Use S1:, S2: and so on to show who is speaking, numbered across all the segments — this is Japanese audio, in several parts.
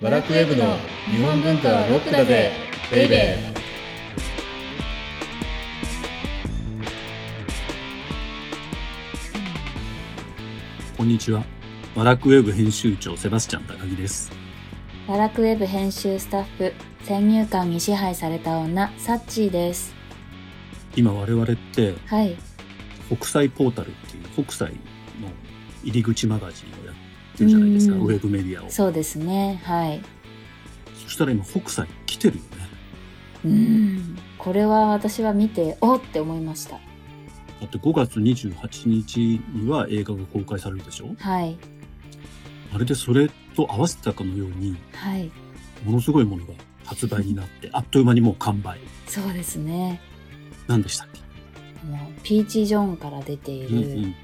S1: ワラクウェブの日本文化はロックだぜベイベー
S2: こんにちは。ワラクウェブ編集長セバスチャン高木です。
S3: ワラクウェブ編集スタッフ先入観に支配された女サッチーです
S2: 今我々って
S3: はい
S2: 北斎ポータルっていう北斎の入り口マガジンをやってるじゃないですか、
S3: うん
S2: ウェブメディアを。そ
S3: そうですねはい
S2: したら今北斎来てるよね。
S3: うんこれは私は見ておっって思いました
S2: だって5月28日には映画が公開されるでしょ
S3: はい
S2: まるでそれと合わせたかのように、
S3: はい
S2: ものすごいものが発売になって、あっという間にもう完売。
S3: そうですね
S2: 何でしたっけ、
S3: もうピーチ・ジョーンから出てい
S2: うん
S3: る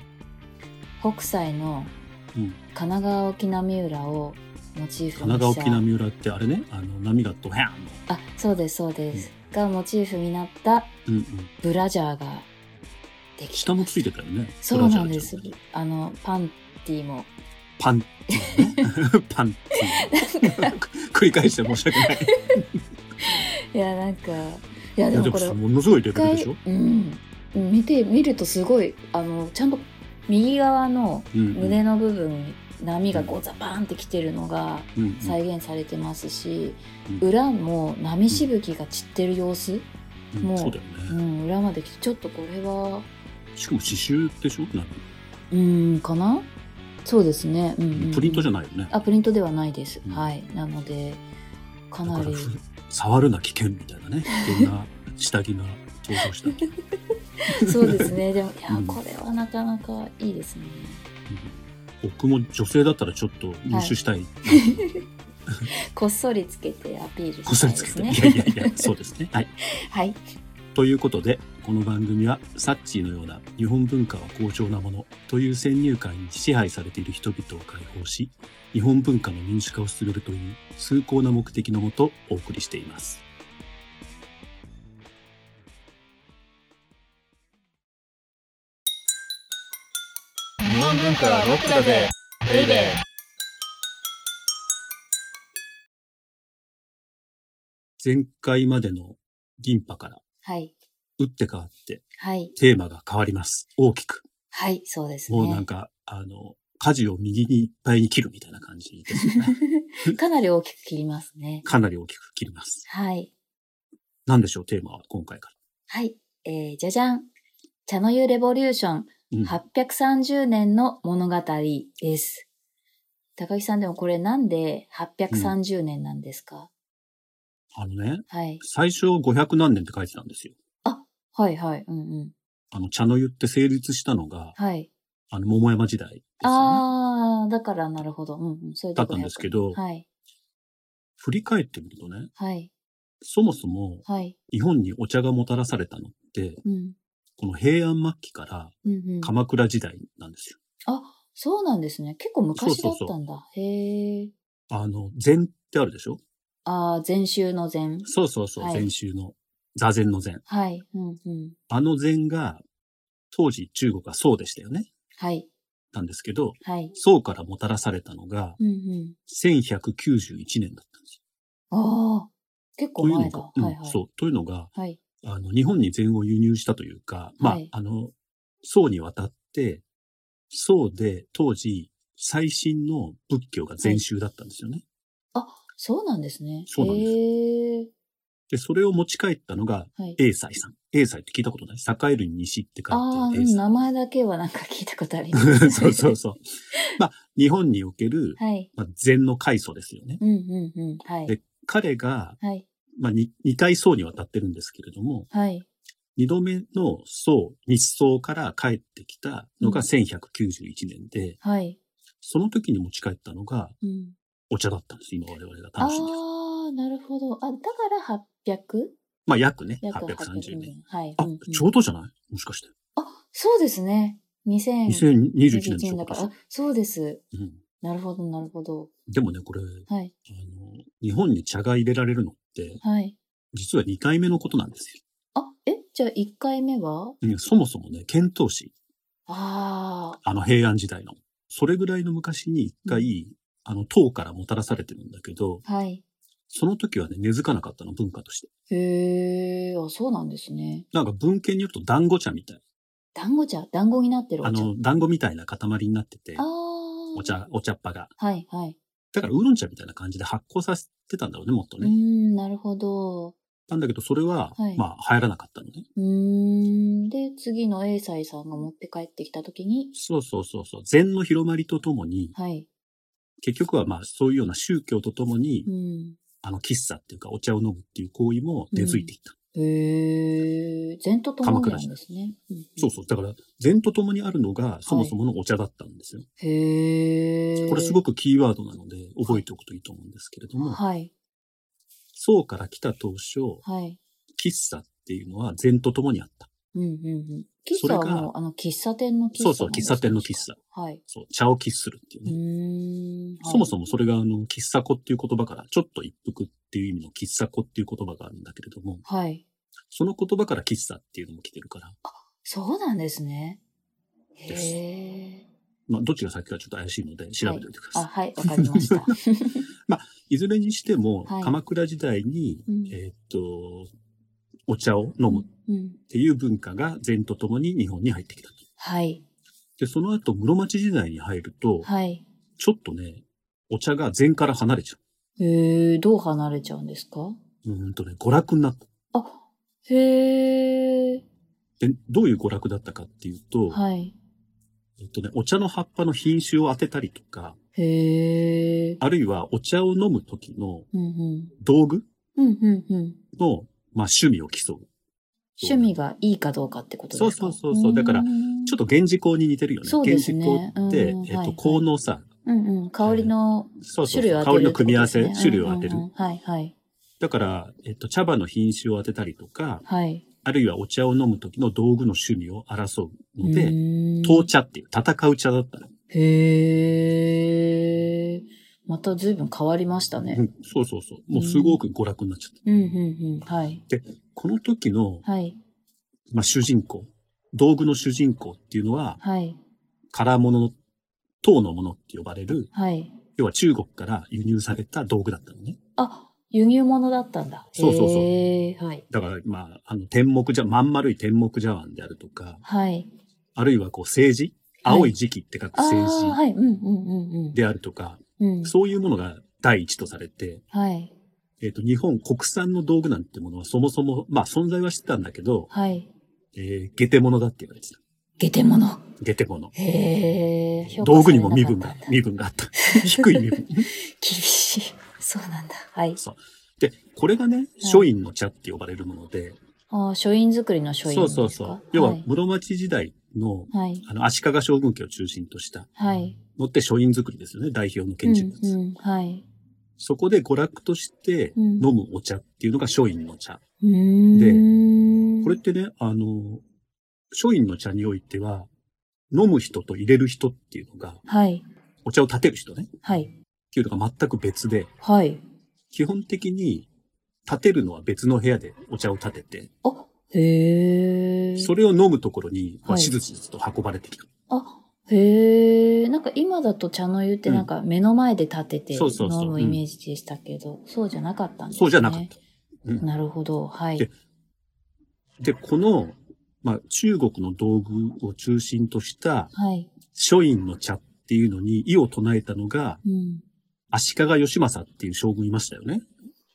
S3: 北斎の
S2: うん
S3: 神奈川沖浪浦をモチーフ
S2: 神
S3: に
S2: 奈川
S3: した
S2: 沖浪浦ってあれね、あの波がドヘンの。
S3: あそうですそうです、がモチーフになった
S2: うんうん。
S3: ブラジャーができ
S2: 下もついてたよね。
S3: そうなんで
S2: ブ
S3: す
S2: ラジャーちゃん
S3: あのパンティも
S2: パンティ、ね、パンティ 繰り返して申し訳ない
S3: いやなんかいや
S2: い
S3: で
S2: やで
S3: もこれ
S2: もものすごいレ
S3: 一
S2: ベルで
S3: 回
S2: しょ、
S3: うん、見て見るとすごいあのちゃんと右側の
S2: うんうん
S3: 胸の部分に波がこうザバーンってきてるのが
S2: うんうん
S3: 再現されてますし、
S2: うん
S3: 裏も波しぶきが散ってる様子、
S2: うん
S3: もう
S2: そうだよ
S3: う
S2: ね、
S3: ん、裏まで来てちょっとこれは
S2: しかも刺繍でしょなんか
S3: うんかなそうですね、うんうんうん
S2: プリントじゃないよね、
S3: あプリントではないです、
S2: うん
S3: はいなのでかな
S2: だか
S3: り
S2: らふ触るな危険みたいなね危険な下着が登場した、 うん
S3: そうですねでもいや、
S2: うん
S3: これはなかなかいいですね
S2: 僕も女性だったらちょっと入手したい、
S3: こっそりつけてアピール
S2: こっ
S3: し
S2: そ
S3: た
S2: り
S3: いで
S2: つけ
S3: す
S2: て、
S3: ね
S2: いやいやいやそうですねはい
S3: はい
S2: ということでこの番組はサッチーのような日本文化は好調なものという先入観に支配されている人々を解放し日本文化の民主化を進めるという崇高な目的のもとお送りしています。
S1: 日本文化はロックだぜベイベー
S2: 前回までの銀波から
S3: はい。
S2: 打って変わって
S3: はい。
S2: テーマが変わります。大きく。
S3: はい。そうですね。
S2: もうなんか、あの、舵を右にいっぱいに切るみたいな感じですよね。
S3: かなり大きく切りますね。
S2: かなり大きく切ります。
S3: はい。
S2: なんでしょう、テーマは今回か
S3: はい。えー、じゃじゃん。茶の湯レボリューション
S2: ら。うん
S3: 830年の物語です。高木さんでもこれなんで830年なんですか、
S2: あのね、
S3: はい。
S2: 最初500何年って書いてたんですよ。
S3: はいはい。うんうん。
S2: あの、茶の湯って成立したのが、
S3: はい。
S2: あの、桃山時代ですよね。
S3: あー、だからなるほど。うんうん。それ
S2: だったんですけど、
S3: はい。
S2: 振り返ってみるとね、
S3: はい。
S2: そもそも
S3: はい。
S2: 日本にお茶がもたらされたのって、
S3: うん。
S2: この平安末期から
S3: うんうん。
S2: 鎌倉時代なんですよ。
S3: そうなんですね。結構昔だったんだ。へー。
S2: あの、禅ってあるでしょ
S3: あー、禅宗の禅。
S2: そうそうそう、
S3: はい
S2: 禅宗の、座禅の禅。
S3: はい。うんうん。
S2: あの禅が、当時中国は宋でしたよね。
S3: はい。
S2: なんですけど、
S3: はい。
S2: 宋からもたらされたのが、
S3: うんうん。
S2: 1191年だったんですよ。
S3: ああ。結構
S2: という
S3: 前
S2: の
S3: だ。
S2: が
S3: は、
S2: う
S3: い
S2: ん
S3: はい。
S2: そう、というのが、
S3: はい。
S2: あの、日本に禅を輸入したというか、まあ、
S3: はい
S2: あの、宋に渡って、宋で当時、最新の仏教が禅宗だったんですよね。
S3: そうなんですね。
S2: そうなんです
S3: へえ。
S2: で、それを持ち帰ったのが、
S3: はい。
S2: 英才さん。英才って聞いたことない栄える西って書
S3: ああ、う
S2: いて、英
S3: ん
S2: 才。
S3: 名前だけはなんか聞いたことあ ります、
S2: そうそうそう。まあ、日本における、
S3: はい。
S2: まあ、禅の開祖ですよね。
S3: うんうんうん。は
S2: で
S3: い。
S2: 彼が、
S3: はい。
S2: まあ、に二回宋に渡ってるんですけれども、
S3: はい。
S2: 二度目の宋、日宋から帰ってきたのが
S3: うん
S2: 1191年で、
S3: はい。
S2: その時に持ち帰ったのが
S3: うん。
S2: お茶だったんです。今我々が
S3: あ
S2: 楽しんでる。
S3: あ、なるほど。あ、だから 800?
S2: まあ約ね、
S3: 約
S2: 830年。。
S3: はい。
S2: あ、
S3: うんうん
S2: ちょうどじゃないもしかして。
S3: そうですね。2021
S2: 2021年でしょ
S3: だ
S2: 今
S3: から。
S2: 年
S3: あそうです。
S2: うん。
S3: なるほど、なるほど。
S2: でもね、これ、あ
S3: はい。
S2: の、日本に茶が入れられるのって、
S3: はい。
S2: 実は2回目のことなんです
S3: あ、え、じゃあ1回目は
S2: よ。うんそもそもね、遣唐使、
S3: ああ、
S2: あの平安時代の、それぐらいの昔に1回、あの、唐からもたらされてるんだけど、
S3: はい。
S2: その時はね、根付かなかったの、文化として。
S3: へえ、あ、そうなんですね。
S2: なんか文献によると団子茶みたい。
S3: 団子茶、団子になってる
S2: あ
S3: お茶。
S2: の、団子みたいな塊になってて
S3: あ、ー
S2: お。茶、お茶っ葉が。
S3: はい、はい。
S2: だからウーロン茶みたいな感じで発酵させてたんだろうね、もっと
S3: うー
S2: ね。
S3: ん、なるほど。
S2: なんだけど、それは、
S3: はい
S2: まあ、流行らなかったのね。
S3: うーん。で、次の英才さんが持って帰ってきたときに、
S2: そうそうそうそう。禅の広まりとともに、
S3: はい。
S2: 結局はまあ、そういうような宗教とともに、
S3: うん。
S2: あの、喫茶っていうか、お茶を飲むっていう行為も根付いていった。
S3: へえ、禅とともになんですね。
S2: そうそう。だから、禅とともにあるのが、そもそものお茶だったんですよ。
S3: うん。へえ。
S2: これすごくキーワードなので、覚えておくといいと思うんですけれども、
S3: はい、
S2: 宋から来た当初、
S3: はい。
S2: 喫茶っていうのは禅とともにあった。
S3: うんうんうん。喫
S2: そ
S3: 茶
S2: れ
S3: は
S2: が
S3: もう、あの、喫茶店の喫茶
S2: そうそう、喫茶店の喫茶。
S3: 茶。はい。
S2: そう、茶を喫するっていう
S3: う
S2: ね。
S3: ーん。
S2: そも
S3: も。
S2: そもそれが、あの、喫茶子っていう言葉から、ちょっと一服っていう意味の喫茶子っていう言葉があるんだけれども、
S3: はい。
S2: その言葉から喫茶っていうのも来てるから、
S3: そうなんですね。
S2: で
S3: へえ。
S2: まあ、どっちが先かちょっと怪しいので、調べておいてください。
S3: あ、はい、わかり ました。
S2: い、ずれにしても、
S3: はい
S2: 鎌倉時代に、
S3: うん
S2: えーっと、お茶を飲むっ
S3: うん。
S2: ていう文化が禅とともに日本に入ってきたと。
S3: はい。
S2: で、その後、室町時代に入ると、
S3: はい。
S2: ちょっとね、お茶が禅から離れちゃ
S3: えー、どう離れちゃうんですか
S2: う。うーんとね、娯楽になった。
S3: へえ。
S2: で、どういう娯楽だったかっていうと、
S3: はい。
S2: えっとね、お茶の葉っぱの品種を当てたりとか、
S3: へえ。
S2: あるいはお茶を飲む時の
S3: うんうん。
S2: 道具
S3: うんうんうん。
S2: の、まあ、趣味を競う。
S3: 趣味がいいかどうかってことですか
S2: そうそうそうそうだから
S3: ち
S2: ちょっと源氏香に似てるよね。
S3: そうですね
S2: 源氏香って、
S3: うん
S2: えっと、
S3: はいはい
S2: 香のさ、
S3: うんうん、香りの
S2: そうそう
S3: 種類を当
S2: 香
S3: て
S2: りの
S3: るってことですね、
S2: 組み合わせ、種類を当てる。
S3: うんうんうんはいはい。
S2: だから、えっと、茶葉の品種を当てたりとか、
S3: はい。
S2: あるいはお茶を飲む時の道具の趣味を争うので、
S3: で
S2: 闘。茶っていう、戦う茶だったの。
S3: へー。また随分変わりました
S2: う
S3: ね。
S2: んそうそうそう。もうすごく娯楽になっちゃった。
S3: うんうんうん。はい。
S2: この時の、
S3: はい。
S2: まあ、主人公、道具の主人公っていうのは、
S3: はい。
S2: 唐物、唐のものって呼ばれる、
S3: はい。
S2: 要は中国から輸入された道具だったのね。
S3: あ、輸入物だったんだ。
S2: そうそうそう
S3: へー。はい。
S2: だから、まあ、あの、天目茶、まん丸い天目茶碗であるとか、
S3: はい。
S2: あるいはこう、政治、
S3: はい
S2: 青い時期って書く
S3: ああ
S2: 政
S3: ー、
S2: 治
S3: はい。うんうんうんうん。
S2: であるとか、
S3: うん。
S2: そういうものが第一とされて、
S3: はい。
S2: えっ、と、日本国産の道具なんてものはそもそも、まあ、存在はしてたんだけど、
S3: はい。
S2: えー、下手物だって言われてた。
S3: 下手物。
S2: 下手物。
S3: へー。
S2: 道具にも身分
S3: 評
S2: が
S3: 価されなかったん、だ
S2: 身分があった。 低い身分。
S3: 厳しい。そうなんだ。はい。
S2: で、これがね、書院の茶って呼ばれるもので、
S3: ああ、書院作りの書院
S2: そ
S3: で
S2: う
S3: すか
S2: そうそう。要は
S3: はい、。
S2: 室町時代の、
S3: はい。
S2: あの、足利将軍家を中心とした
S3: はい。
S2: のって書院作りですよね、代表の建築物。
S3: うん、うん、はい。
S2: そこで娯楽として
S3: うん
S2: 飲むお茶っていうのが書院の茶。
S3: うーん。
S2: これってね、あの、書院の茶においては、飲む人と入れる人っていうのが、
S3: はい。
S2: お茶を立てる人ね、っ
S3: はい。
S2: ていうのが全く別で、
S3: はい。
S2: 基本的に立てるのは別の部屋でお茶を立てて、
S3: あ、へえ。
S2: それを飲むところに、まあ、
S3: はい
S2: 手術と運ばれてきた。
S3: あ、へえ。なんか今だと茶の湯ってなんか目の前で立てて飲
S2: そうそうそう
S3: むイメージでしたけど、そうじゃなかったんですね。
S2: そうじゃなかった。うん
S3: なるほど。は
S2: で
S3: い。
S2: で、この、まあ、中国の道具を中心とした
S3: はい。
S2: 書院の茶っていうのに異を唱えたのが、
S3: うん。
S2: 足利義政っていう将軍いましたよね。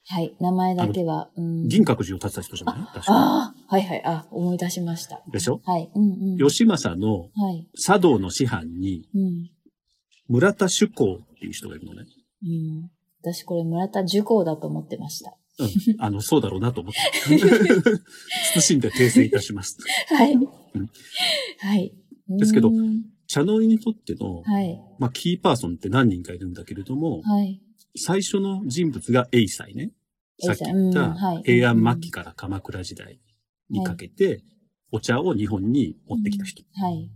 S3: はい。名前だけは。うん。
S2: 銀閣寺を建てた人じゃない確か。
S3: ああ、はいはい。あ、思い出しました。
S2: でしょ
S3: はい。うんうん。。
S2: 義政の
S3: はい。
S2: 茶道の師範に
S3: うん。
S2: 村田主公っていう人がいるのね。
S3: うん。私これ村田受講だと思ってました。
S2: うん。あの、そうだろうなと思って。 慎んで訂正いたします。
S3: はい
S2: ん。
S3: はい。
S2: ですけど
S3: うーん
S2: 茶の湯にとっての、
S3: はい。
S2: まあ、キーパーソンって何人かいるんだけれども、
S3: はい。
S2: 最初の人物が永才ね。さ
S3: 永
S2: っ
S3: 才
S2: き言っ
S3: うん
S2: た
S3: はい
S2: 平安末期から鎌倉時代にかけて、お茶を日本に持ってきた人。
S3: はい。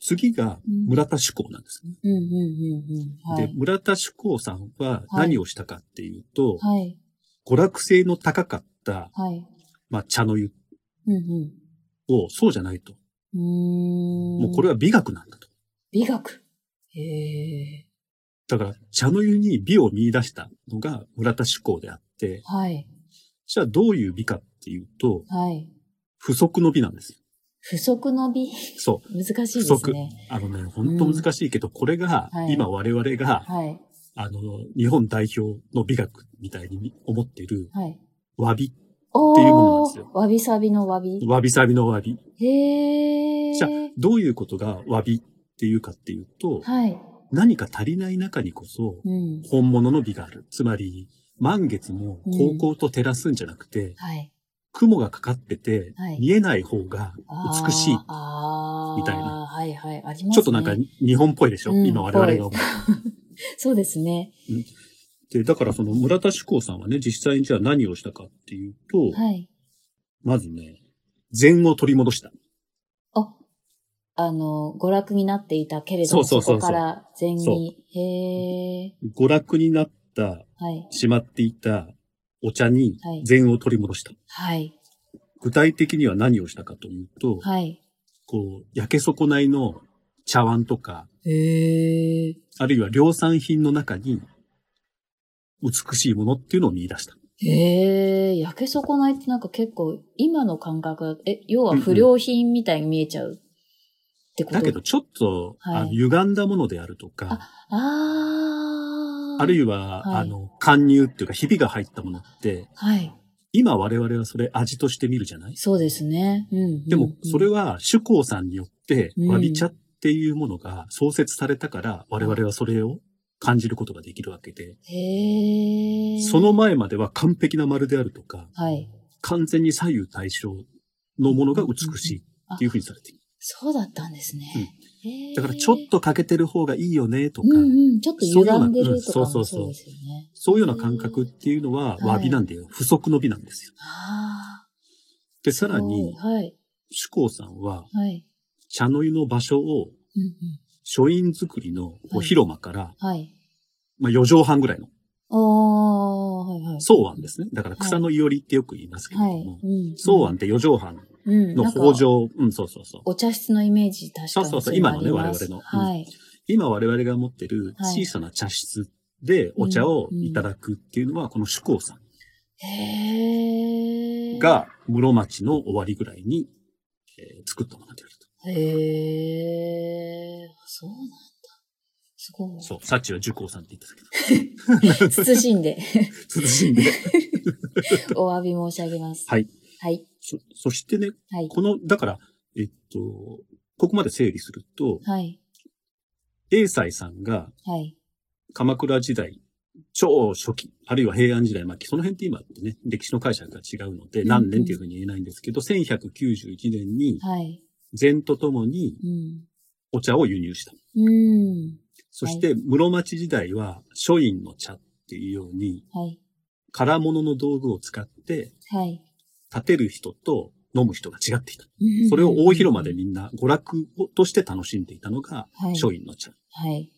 S2: 次が
S3: うん
S2: 村田主公なんですね。
S3: うんうんうんうん。は
S2: で、
S3: い。
S2: 村田主公さんは何をしたかっていうと、
S3: はい。
S2: 娯楽性の高かった、
S3: はい。
S2: まあ、茶の湯
S3: うんうん。
S2: を、そうじゃないと。
S3: うーん。
S2: もうこれ
S3: は。
S2: は美学なんだと。
S3: 美学。へえ。
S2: だから、茶の湯に美を見出したのが村田志向であって、
S3: はい。
S2: じゃあどういう美かっていうと、
S3: はい。
S2: 不足の美なんですよ。
S3: 不足の美。
S2: そう。
S3: 難しい
S2: 不
S3: です
S2: 足
S3: ね。。
S2: あのね、本当難しいけど、これが
S3: はい
S2: 今我々が、
S3: はい。
S2: あの、日本代表の美学みたいに思っている、
S3: はい。
S2: わび。
S3: お
S2: いうものなんですよ
S3: わびさびのわび。
S2: わびさびのわび。
S3: へ
S2: じゃあ
S3: ー。
S2: どういうことがわびっていうかっていうと、
S3: はい。
S2: 何か足りない中にこそ、
S3: うん。
S2: 本物の美がある。つまり、満月も高校と照らすんじゃなくて、
S3: はい。
S2: 雲がかかってて
S3: はい、
S2: 見えない方が
S3: あー
S2: 美しい。
S3: あー
S2: みたいな
S3: はいはい。ありますね。
S2: ちょっとなんか日本っぽいでしょ、
S3: うん
S2: 今我々が思う。
S3: そうですね。
S2: で、だからその村田志功さんはね、実際にじゃあ何をしたかっていうと、
S3: はい。
S2: まずね、禅を取り戻した。
S3: あ、あの、娯楽になっていたけれども、
S2: そうそうそうそう
S3: こから全に。へ
S2: 娯楽になった、
S3: ー。はい。
S2: しまっていたお茶に
S3: はい
S2: 禅を取り戻した。
S3: はい。
S2: 具体的には何をしたかというと、
S3: はい。
S2: こう、焼け損ないの茶碗とか、
S3: へー。
S2: あるいは量産品の中に美しいものっていうのを見出した。
S3: へえ、焼け損ないってなんか結構今の感覚だと、え、要は不良品みたいに見えちゃうってこと
S2: だけど、ちょっと、
S3: はい
S2: あの歪んだものであるとか、
S3: ああ。
S2: あるいは、
S3: は。は
S2: あ
S3: い
S2: の、貫入っていうか、ひびが入ったものって、
S3: はい。
S2: 今我々はそれ味として見るじゃない
S3: そうですね。うん、うん。
S2: でも、それ
S3: は、
S2: は主公さんによって、
S3: うん
S2: わび茶っていうものが創設されたから、我々はそれを感じることができるわけで、
S3: へえ。
S2: その、前までは完璧な丸であるとか、
S3: はい。
S2: 完全に左右対称のものが美しいっていうふうにされている。
S3: そうだったんですね。へえ。
S2: だから、ちょっと欠けてる方がいいよね、とか
S3: う、んうん。ちょっと歪んでるとかも
S2: そ
S3: そ
S2: いうよう
S3: うう
S2: なうんそうそうそう
S3: ですよね。
S2: そういうような感覚っていうのは、
S3: はい
S2: わびなんだよ。不足の美なんですよ。
S3: ああ。
S2: で、さらに、
S3: はい。
S2: 主公さんは、
S3: はい。
S2: 茶の湯の場所を、
S3: うんうん。
S2: 書院作りのお広間から、
S3: はい。
S2: まあ4畳半ぐらいの
S3: ああ、はいはい。
S2: 草庵ですね。だから草のいおりってよく言いますけれど
S3: はい。
S2: も、
S3: うん。
S2: 草庵って4畳半
S3: うん
S2: の
S3: なんか
S2: 北条、うん、そうそうそう。
S3: お茶室のイメージ、確かに
S2: そうそうそう
S3: れはあり
S2: 今のね
S3: ます
S2: 我々のうん
S3: はい。
S2: 今我々が持ってる
S3: はい
S2: 小さな茶室でお茶をいただくっていうのは、この主公さん
S3: へー。、
S2: が室町の終わりぐらいに、えー作ったものであると。
S3: へー。そうなんだ。すごい。
S2: そう、サッチは樹公さんって言ったけ
S3: 謹んで
S2: ど、涼しいんで。
S3: お詫び申し上げます。
S2: はい。
S3: はい。
S2: そそしてね、
S3: はい。
S2: この、だから、えっと、ここまで整理すると、
S3: はい。
S2: 英才さんが
S3: はい。
S2: 鎌倉時代、超初期、あるいは平安時代末期、その辺って今ってね、歴史の解釈が違うので、
S3: ん
S2: 何年っていうふうに言えないんですけど、1191年に
S3: はい。
S2: 禅とともに
S3: うん。
S2: お茶を輸入した。
S3: うん。
S2: そして、室町時代は書院の茶っていうように、
S3: はい。
S2: 空物の道具を使って、
S3: はい。
S2: 立てる人と飲む人が違っていた。
S3: うん
S2: それを大広間でみんな娯楽をとして楽しんでいたのが
S3: はい。
S2: 書院の茶。
S3: はい。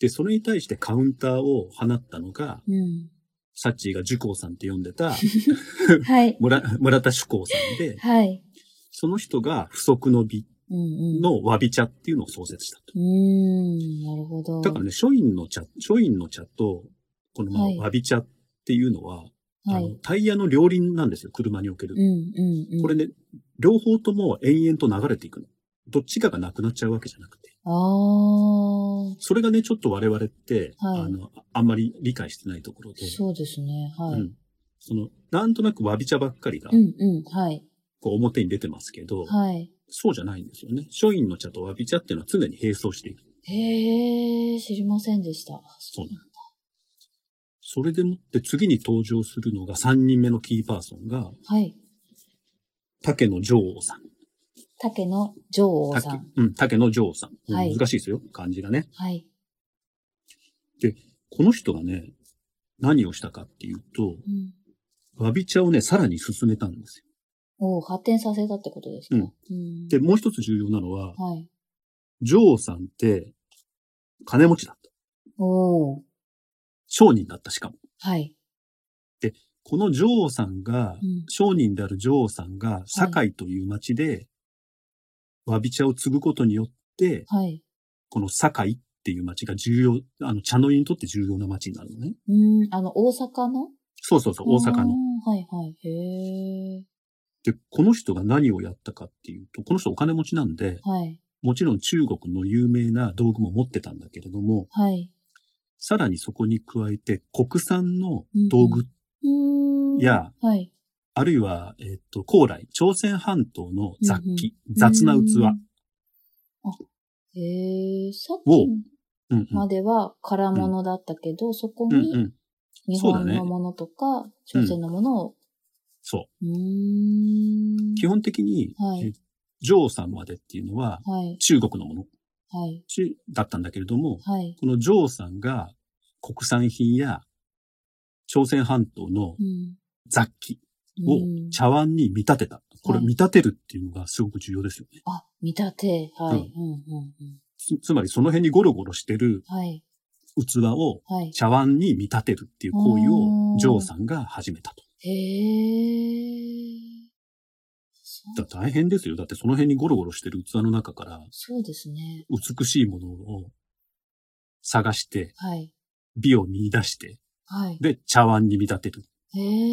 S2: で、それに対してカウンターを放ったのが、
S3: うん。
S2: サッチーが樹光さんって呼んで た
S3: はい。
S2: 村村田主公さんで、
S3: はい。
S2: その人が不足の美
S3: うんうん。
S2: のわび茶っていうのを創設したと。
S3: うん。なるほど。
S2: だからね、書院の茶、書院の茶と、このまあ
S3: はい
S2: わび茶っていうのは、
S3: は
S2: あの
S3: い。
S2: タイヤの両輪なんですよ、車における
S3: うん。うんうん。
S2: これね、両方とも延々と流れていくの。どっちかがなくなっちゃうわけじゃなくて。
S3: ああ。
S2: それがね、ちょっと我々って、
S3: はい
S2: あの、あんまり理解してないところで、
S3: そうですね。はい。
S2: うんその、なんとなくわび茶ばっかりが
S3: う、んうん。はい。
S2: こう表に出てますけど、
S3: はい。
S2: そうじゃないんですよね。書院の茶とわび茶っていうのは常に並走している。
S3: へえ、知りませんでした。
S2: そうなんだ。それでもって次に登場するのが3人目のキーパーソンが、
S3: はい。
S2: 竹野女王さん。
S3: 竹野女王さん。
S2: 竹うん、竹野女王さん。うん
S3: はい
S2: 難しいですよ、漢字がね。
S3: はい。
S2: この人がね、何をしたかっていうと、
S3: うん、
S2: わび茶をね、さらに進めたんですよ。
S3: おう発展させたってことですか。
S2: うん
S3: うん
S2: で、もう一つ重要なのは、
S3: はい。
S2: 女王さんって、金持ちだった。
S3: おお。
S2: 商人だったしかも。
S3: はい。
S2: この女王さんが、
S3: うん
S2: 商人である女王さんが、堺という町で、わび茶を継ぐことによって、
S3: はい。
S2: この堺っっていう町が重要、あの、茶の湯にとって重要な町になるのね。
S3: うん、あの、大阪の
S2: そうそうそう、大阪の。。
S3: あーはいはい。へえ。
S2: で、この人が何をやったかっていうと、この人お金持ちなんで、
S3: はい。
S2: もちろん中国の有名な道具も持ってたんだけれども、
S3: はい。
S2: さらにそこに加えて国産の道具、
S3: うーん。
S2: いや。
S3: はい。
S2: あるいは、えっと、高麗、朝鮮半島の雑器、雑な器、
S3: うん。あ、へえ、さっ
S2: を
S3: き
S2: うんうん
S3: までは空物だったけど、そこ
S2: うんう
S3: に
S2: ん、
S3: 日
S2: そうだ
S3: 本
S2: ね
S3: のものとか、朝鮮のものを、
S2: そう
S3: ーん
S2: う。基本的に、
S3: はい
S2: えジョーさんまでっていうのは
S3: はい、
S2: 中国のもの
S3: はい、
S2: 中だったんだけれども、
S3: はい。
S2: このジョーさんが国産品や朝鮮半島の
S3: うん
S2: 雑器
S3: う
S2: を
S3: ん
S2: 茶碗に見立てた。これ
S3: はい
S2: 見立てるっていうのがすごく重要ですよね。
S3: あ、見立て、はい、うん、うん、うん。
S2: つつまりその辺にゴロゴロしてる
S3: はい、
S2: 器を
S3: はい。
S2: 茶碗に見立てるっていう行為
S3: う
S2: を
S3: ん
S2: ジョーさんが始めたと。
S3: へえ。そう
S2: だから大変ですよ。だってその辺にゴロゴロしてる器の中から
S3: そうですね。
S2: 美しいものを探して、
S3: はい、
S2: 美を見出して、
S3: はい。
S2: で、茶碗に見立てる。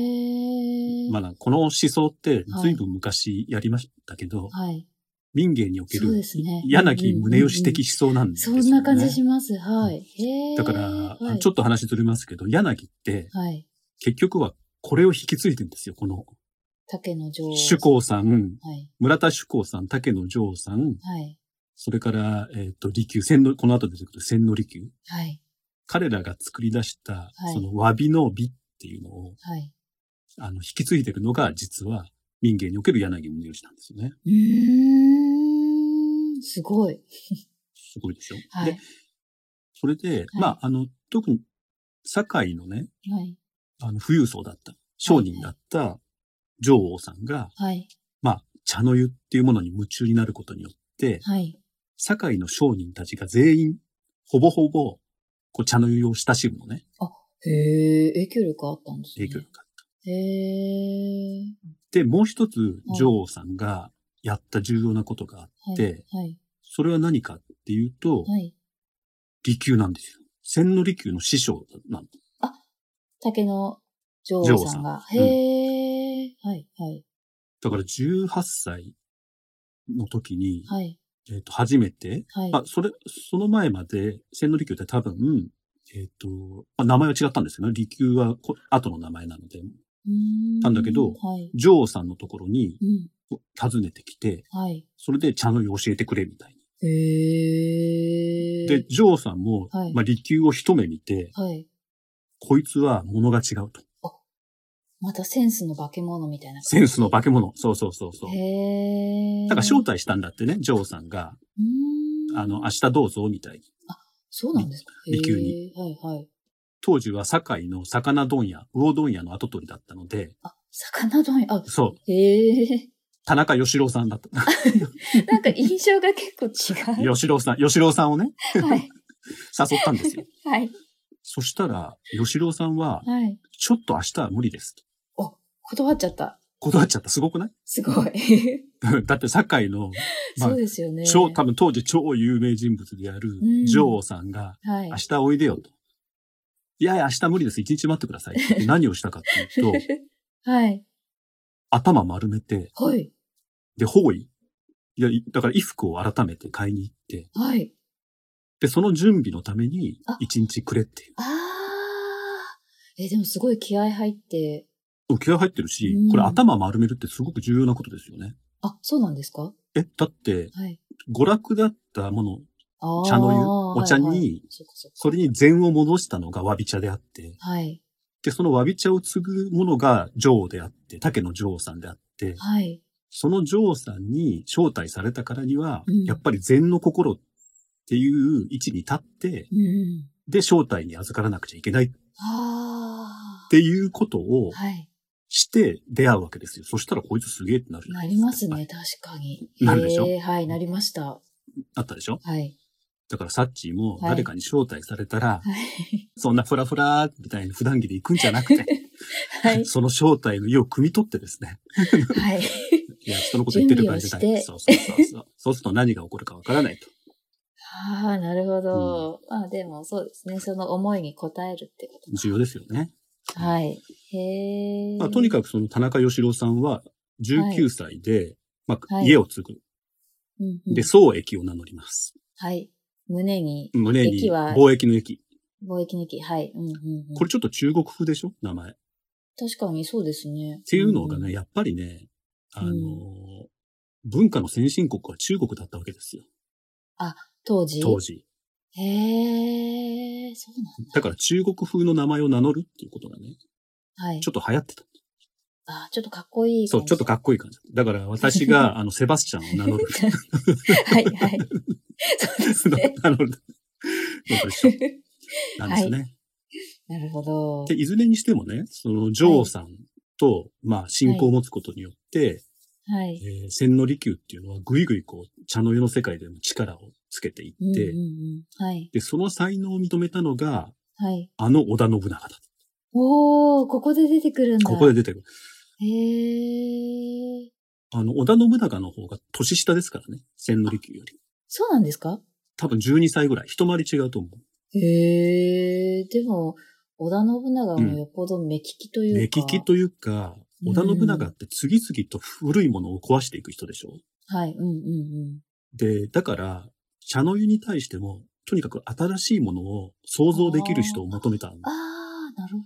S3: へえ。
S2: まあな、この思想って随分昔やりましたけど、
S3: はい。
S2: 民芸におけ
S3: そう
S2: る
S3: ですね。
S2: 柳宗義
S3: うんうんうん
S2: 的思想なんですよ
S3: そ
S2: ね。
S3: んな感じします。はい。へえ。
S2: だから、
S3: は
S2: ちょ
S3: っ
S2: っと話ずれますけど、柳って
S3: と。はい。
S2: 結局はこれを引き継いでるんですよ。この
S3: 竹の女王。
S2: 主公さん、
S3: はい。
S2: 村田主公さん、竹野城さん、
S3: はい。
S2: それから、えっ、と、利休、千の、この後出てくる千の利休。
S3: はい。
S2: 彼らが作り出した、
S3: はい
S2: その和美の美っていうのを、
S3: はい。
S2: あの、引き継いでるのが、実は民芸における柳宗義なんですよね。
S3: うーん。すごい。
S2: すごいでしょ、
S3: は
S2: で
S3: い、。
S2: それで、まあ、あの、特に、堺のね、
S3: はい。
S2: あの、富裕層だった、商人だった女王さんが、
S3: はい。
S2: まあ、茶の湯っていうものに夢中になることによって、
S3: はい。
S2: 堺の商人たちが全員、ほぼほぼ、こう、茶の湯を親しむのね、
S3: へえ、影響力あったんですね。
S2: 影響力が。
S3: へえ。
S2: で、もう一つ、女王さんがやった重要なことがあって、
S3: はい。
S2: で
S3: はい。
S2: それは何かっていうと、
S3: はい。
S2: 利休なんですよ。千利休の師匠なんで
S3: 竹の女王さんが。
S2: 女王さんうん
S3: へえ。はい。はい。
S2: だから18歳の時に、
S3: はい。
S2: えっ、と、初めて、
S3: はい。
S2: まあ、それ、その前まで、千利休って多分、えっ、と、まあ、名前は違ったんですよね。利休はこ後の名前なので、
S3: うーん
S2: なんだけど
S3: はい。
S2: 女王さんのところに
S3: うん。
S2: 訪ねてきて、
S3: はい。
S2: それで茶の湯を教えてくれみたいに。
S3: へえ。
S2: で、、女王さんも、
S3: はい
S2: まあ、利休を一目見て、
S3: はい。
S2: こいつは物が違うと。
S3: またセンスの化け物みたいな。
S2: センスの化け物。そうそうそうそう。
S3: へえ。
S2: だから招待したんだってね、ジョーさんが。
S3: うーん。
S2: あの、明日どうぞ、みたいに。
S3: そうなんですか。
S2: 利休に
S3: へー。はいはい。
S2: 当時は堺の魚問屋、魚問屋の跡取りだったので、
S3: あ、魚丼、あ、
S2: そう、
S3: へえ。
S2: 田中義郎さんだった。
S3: なんか印象が結構違う。
S2: 義郎さん、義郎さんをね、
S3: はい。
S2: 誘ったんです よ。
S3: はい。
S2: そしたら、義郎さんは、
S3: はい。
S2: ちょっと明日は無理ですと。
S3: 断っちゃった。
S2: 断っちゃった。すごくない
S3: すごい。
S2: だって堺の、まあ
S3: そうですよね。
S2: 超、多分当時超有名人物である
S3: うん
S2: ジョーさんが、
S3: はい
S2: 明。日おいでよと。いやいや、明日無理です。一日待ってくださいって 言って。何をしたかっていうと、
S3: はい。
S2: 頭丸めて、
S3: はい。
S2: で、方位。いや、いだから衣服を改めて買いに行って、
S3: はい。
S2: で、その準備のために
S3: あ
S2: 一日くれっていう。
S3: あー。え、でもすごい気合入って。
S2: うん気合入ってるし
S3: う、ん
S2: これ頭丸めるってすごく重要なことですよね。
S3: あ、そうなんですか
S2: え、だって、
S3: はい。
S2: 娯楽だったもの、
S3: あー
S2: 茶の湯お茶に
S3: はいはいそっかそっか
S2: それに禅を戻したのがわび茶であって、
S3: はい。
S2: で、そのわび茶を継ぐものが女王であって、竹の女王さんであって、
S3: はい。
S2: その女王さんに招待されたからには、
S3: うん
S2: やっぱり禅の心っていう位置に立って、
S3: うんうん。
S2: で、招待に預からなくちゃいけないっ
S3: あ
S2: ていうことを
S3: あ。はい。
S2: して出会うわけですよ。そしたらこいつすげえってなるじゃ
S3: ないります
S2: やっ
S3: ね、確かに。
S2: なるでしょ
S3: へーはい、なりました。
S2: ぱりあったでしょ
S3: はい。
S2: だからサッチーも
S3: はい
S2: 誰かに招待されたら、
S3: はい。
S2: そんなフラフラみたいに普段着で行くんじゃなくて、
S3: はい。
S2: その招待の意を汲み取ってですね。
S3: はい。
S2: いや、人のこと言ってる場合じゃない。
S3: 準備をし
S2: そうそ
S3: て
S2: うそうそう。そうすると何が起こるかわからないと。
S3: ああ、なるほど。まあでもそうですね。その思いに応えるってこ
S2: 重要ですよね。
S3: と。はい。へえ。
S2: まあ、とに
S3: か
S2: かくその田中義郎さんは19歳で、まあ、
S3: はい
S2: 家を継ぐ。
S3: く、うんうん
S2: で、宗駅を名乗ります。
S3: はい。胸に、
S2: 胸に
S3: 駅は
S2: 貿易の駅。
S3: 貿易の駅。はい。うんうんうん、
S2: これちょっと中国風でしょ名前。っ
S3: 確かにそうですね。って
S2: いうのがね、、やっぱりね、あのー
S3: う
S2: 文化の先進国は中国だったわけですよ。
S3: 当時。
S2: 当時。
S3: へえ、そうなん
S2: だから中国風の名前を名乗るっていうことがね、
S3: だ。はい。
S2: ちょっと流行ってた。
S3: あーちょっとかっこいい
S2: そう、
S3: 感じ。
S2: ちょっとかっこいい感じ。だから私が、あの、セバスチャンを名乗 る。
S3: はいはい。 そうですね。
S2: 名乗る。 のと一緒なんですよね。
S3: なるほど。
S2: で、いずれにしてもね、その、ジョーさんと、まあ、信仰を持つことによって、
S3: はい。
S2: えー千利休っていうのは、ぐいぐいこう、茶の湯の世界でも力をつけていって、
S3: うんうんうん、はい。
S2: で、その才能を認めたのが、
S3: はい。
S2: あの織田信長だ。
S3: おー、ここで出てくるんだ。
S2: ここで出てくる。
S3: へえ。
S2: あの、織田信長の方が年下ですからね、千利休より。
S3: そうなんですか
S2: 多分12歳ぐらい。一回り違うと思う。
S3: へえ。でも、織田信長
S2: うん
S3: もよっぽど目利きというか。
S2: 目利きというか、織田信長って次々と古いものを壊していく人でしょ
S3: はい。うんうん
S2: で、だから、茶の湯に対しても、とにかく新しいものを想像できる人を求めた
S3: うん。あー、なるほ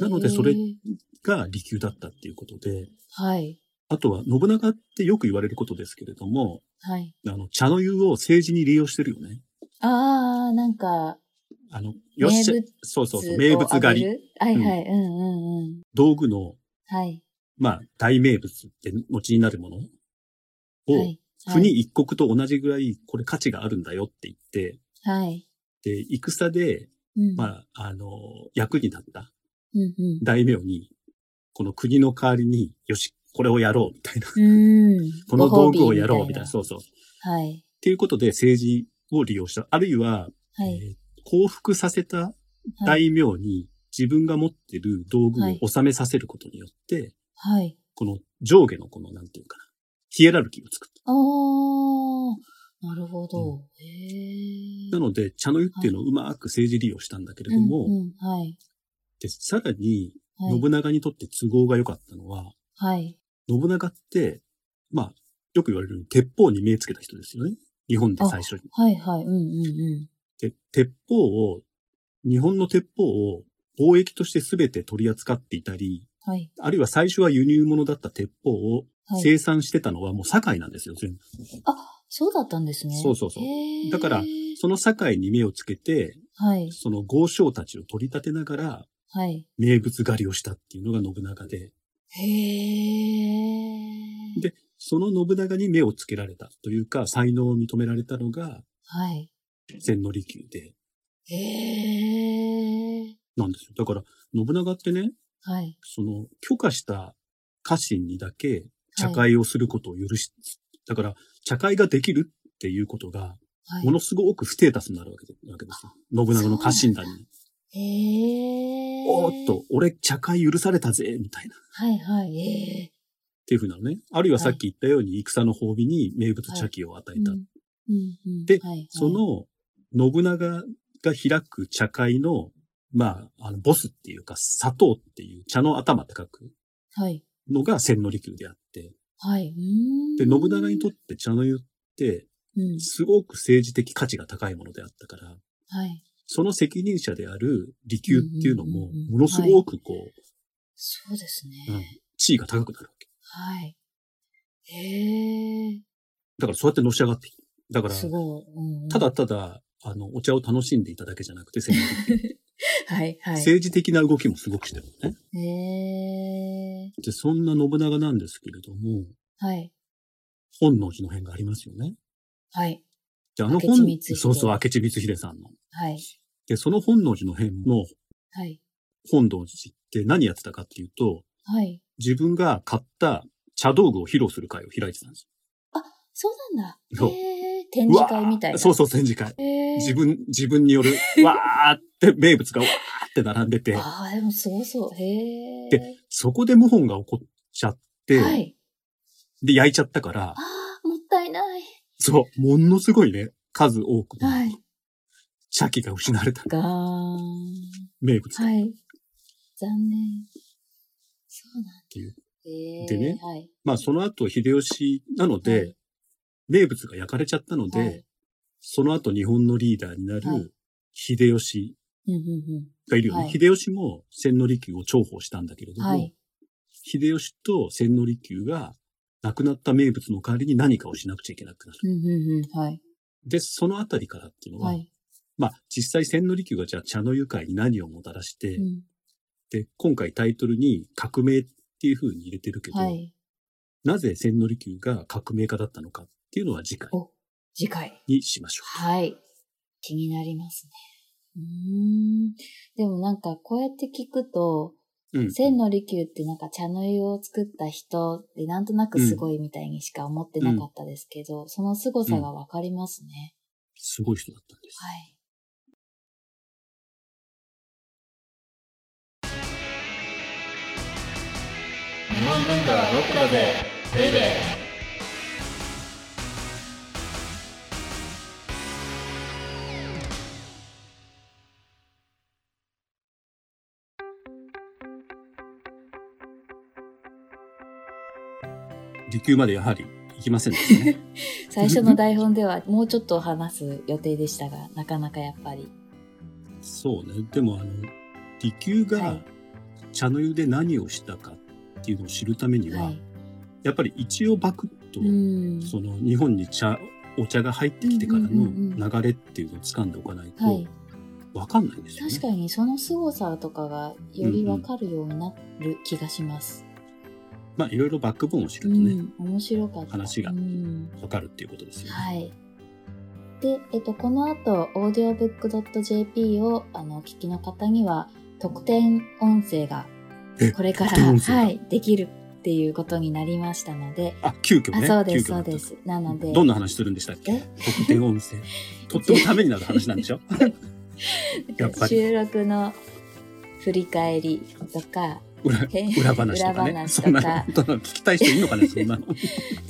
S3: ど。
S2: なのでそれ
S3: へー
S2: が利休だったっていうことで、
S3: はい。
S2: あとは信長ってよく言われることですけれども、
S3: はい。
S2: あの、茶の湯を政治に利用してるよね。
S3: あー、なんか、
S2: あの、よっしゃ
S3: 名物、
S2: そうそうそう、名物狩り、
S3: り。はいはい。うんうんうん。
S2: 道具の、
S3: はい。
S2: まあ、大名物って後になるものを、
S3: はい。はい
S2: 国一国と同じぐらい、これ価値があるんだよって言って、
S3: はい。
S2: で、戦で、
S3: うん
S2: まあ、あの、役に立った
S3: うんうん
S2: 大名に、この国の代わりに、よし、これをやろう、みたいな。
S3: うん。
S2: この道具をやろ
S3: ご
S2: う、
S3: 褒美
S2: みたいな。そうそう。っ
S3: はい。
S2: ていうことで政治を利用した。あるいは、
S3: はい。
S2: えー降伏させた大名に自分が持ってる道具
S3: はい
S2: を収めさせることによって、
S3: はい。
S2: この上下のこの、なんていうかな、ヒエラルキーを作っ
S3: あー、なるほど。へー。
S2: た。なので、茶の湯っていうのをうまく政治利用したんだけれども、
S3: うんうんはい。
S2: でさらに、
S3: はい。
S2: 信長にとって都合が良かったのは、
S3: はい。
S2: 信長って、まあ、よく言われるように鉄砲に目つけた人ですよね。日本で最初に。
S3: はい。はい。うんうんうん。
S2: で、鉄砲を、日本の鉄砲を貿易として全て取り扱っていたり、
S3: はい。
S2: あるいは最初は輸入物だった鉄砲を
S3: はい。
S2: 生産してたのはもう堺なんですよ、全部。
S3: そうだったんですね。
S2: そうそうそう
S3: へー
S2: だからその堺に目をつけて、
S3: はい。
S2: その豪商たちを取り立てながら、
S3: はい。
S2: 名物狩りをしたっていうのが信長で、
S3: へー。
S2: でその信長に目をつけられたというか、才能を認められたのが、
S3: はい。
S2: 千利休で、
S3: へー。
S2: なんですよ。だから、信長ってね、
S3: はい。
S2: その、許可した家臣にだけ茶会をすることを許し、だから、茶会ができるっていうことが、
S3: はい
S2: ものすごくステータスになるわけでわけですよ。信長の家臣団に。
S3: へー。
S2: おーっと、俺茶会許されたぜ、みたいな。っ
S3: はいはい。ええ
S2: ていうふうなのね。あるいはさっき言ったように、戦の褒美に名物茶器を与えた。
S3: うんうん
S2: で
S3: はいはい
S2: そ、の、信長が開く茶会の、まあ、あの、ボスっていうか、砂糖っていう茶の頭って書く
S3: はい。
S2: のが千利休であって、
S3: はい。うん
S2: で、信長にとって茶の湯って、
S3: うん。
S2: すごく政治的価値が高いものであったから、
S3: はい。
S2: その責任者である利休っていうのも
S3: うんうんうんう、ん
S2: ものすごくこう、
S3: そうですね。
S2: うん地位が高くなるわけ。
S3: はい。へえ。
S2: だからそうやってのし上がっていく。だから、
S3: すごい。うんうん
S2: た、だただ、あの、お茶を楽しんでいただけじゃなく て、千利休
S3: はいはい。
S2: 政治的な動きもすごくしてるのね。
S3: へえ。
S2: で、そんな信長なんですけれども、
S3: はい。
S2: 本能寺の変がありますよね。
S3: はい。
S2: で、あの本
S3: 明智光、秀
S2: そうそう、明智光秀さんの。
S3: はい。
S2: で、その本能寺の変の
S3: はい。
S2: 本能寺って何やってたかっていうと、
S3: はい。
S2: 自分が買った茶道具を披露する会を開いてたんです
S3: そうなんだ。
S2: そう
S3: へえ。展
S2: よ。うわ
S3: 示
S2: ー
S3: 会みたいな。
S2: そうそう、展示会。
S3: う。へえ。
S2: 自分、自分によ る、わーって、名物がわーって並んでて、
S3: ああ、でもすごそう。へえ。
S2: でそこで謀反が起こっちゃって、
S3: はい。
S2: で、焼いちゃったから
S3: あ、あ、もったいない。
S2: そう、ものすごいね、数多くの
S3: はい。
S2: 茶器が失われた
S3: がーん。
S2: 名物だっ
S3: はい。残念。そうなんだ。
S2: ていう。
S3: えー、
S2: でね
S3: はい。
S2: まあその後秀吉なので、
S3: はい
S2: 名物が焼かれちゃったので、
S3: はい
S2: その後日本のリーダーにな
S3: はい
S2: る秀吉
S3: うんうん
S2: がいるよね。
S3: はい
S2: 秀吉も千利休を重宝したんだけれ
S3: う
S2: ど
S3: ん。
S2: も、
S3: はい。
S2: 秀吉と千利休が亡くなった名物の代わりに何かをしなくちゃいけなくなる。
S3: うんうんうん。はい。
S2: で、そのあたりからっていうのは、
S3: はい。
S2: まあ実際千利休がじゃあ茶の湯会に何をもたらして、
S3: うん
S2: で、今回タイトルに革命っていう風に入れてるけど、
S3: はい。
S2: なぜ千利休が革命家だったのかっていうのは次回
S3: お、次回。
S2: にしましょ
S3: はい。気になりますね。うーん。でもなんかこうやって聞くと、
S2: う。うん。
S3: 千利休ってなんか茶の湯を作った人ってなんとなくすごいみたいにしか思ってなかったですけど、その凄さがわかりますね。
S2: すごい人だったんです。
S3: はい。
S1: 日本文化はロックだぜベイベー
S2: 利休までやはり行きませんでした ね。
S3: 最初の台本ではもうちょっと話す予定でしたが、なかなかやっぱり。
S2: そうね。でもあの、利休
S3: は
S2: が
S3: い
S2: 茶の湯で何をしたかっていうのを知るためには、
S3: はい。
S2: やっぱり一応バクッと、
S3: うん。
S2: その日本に茶、お茶が入ってきてから
S3: うんうんうんう
S2: の流れっていうのを掴んでおかない
S3: は
S2: と
S3: い。
S2: わかんないんですよね。
S3: 確かにその凄さとかがよりわかるようになる気がします。
S2: まあいろいろバックボーンを知
S3: う
S2: ると
S3: ん。
S2: ね、
S3: 面白かった。
S2: 話が
S3: うん
S2: わ、かるっていうことですよね。
S3: はい。で、えっと、この後、audiobook.jp をあのお聞きの方には、特典音声が
S2: え、
S3: これから、
S2: 特典音声が
S3: はい、できるっていうことになりましたので、
S2: あ、急遽
S3: あ
S2: ね。
S3: そうです、
S2: 急遽
S3: そ
S2: だ
S3: う
S2: った
S3: です。なので、
S2: どんな話するんでしたっけ
S3: え
S2: 特典音 声。とってもためになる話なんでしょやっぱり
S3: 収録の振り返りとか、
S2: 裏
S3: 変
S2: 裏話とかね。
S3: 裏話とか
S2: そんな本当なの聞きたい人いるのかね、そんな の。
S3: ちょ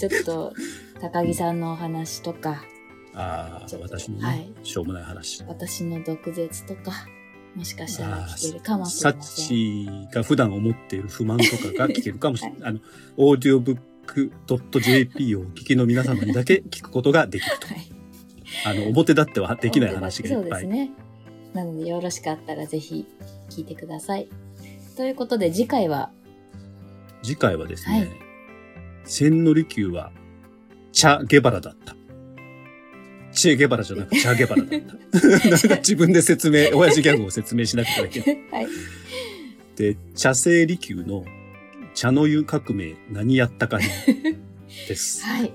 S3: っと、高木さんのお話とか、
S2: あ
S3: ち
S2: あ、
S3: ょっと
S2: 私のね、
S3: はい
S2: しょうもない話。
S3: 私の毒舌とか、もしかしたら
S2: あ
S3: 聞けるか
S2: ー
S3: もし
S2: サ
S3: れ
S2: ッ
S3: ません。
S2: チが普段思っている不満とかが聞けるかもしれない。あの、オーディオブック .jp をお聞きの皆様にだけ聞くことができると。
S3: はい
S2: あの、表立ってはできない話がいっ
S3: そう
S2: ぱ
S3: です
S2: い。
S3: ね。なのでよろしかったらぜひ聞いてください。ということで次回は、
S2: 次回はです
S3: はい
S2: ね、千利休は、チャ・ゲバラだった。チェ・ゲバラじゃなくチャ・ゲバラだ った。なんか自分で説明、親父ギャグを説明しなく てはいけない。
S3: はい、
S2: で、茶聖利休の茶の湯革命何やったか にです。
S3: はい、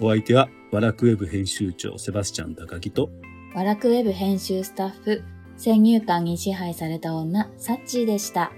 S2: お相手は、ワラクウェブ編集長セバスチャン高木と、
S3: ワラクウェブ編集スタッフ、先入観に支配された女、サッチーでした。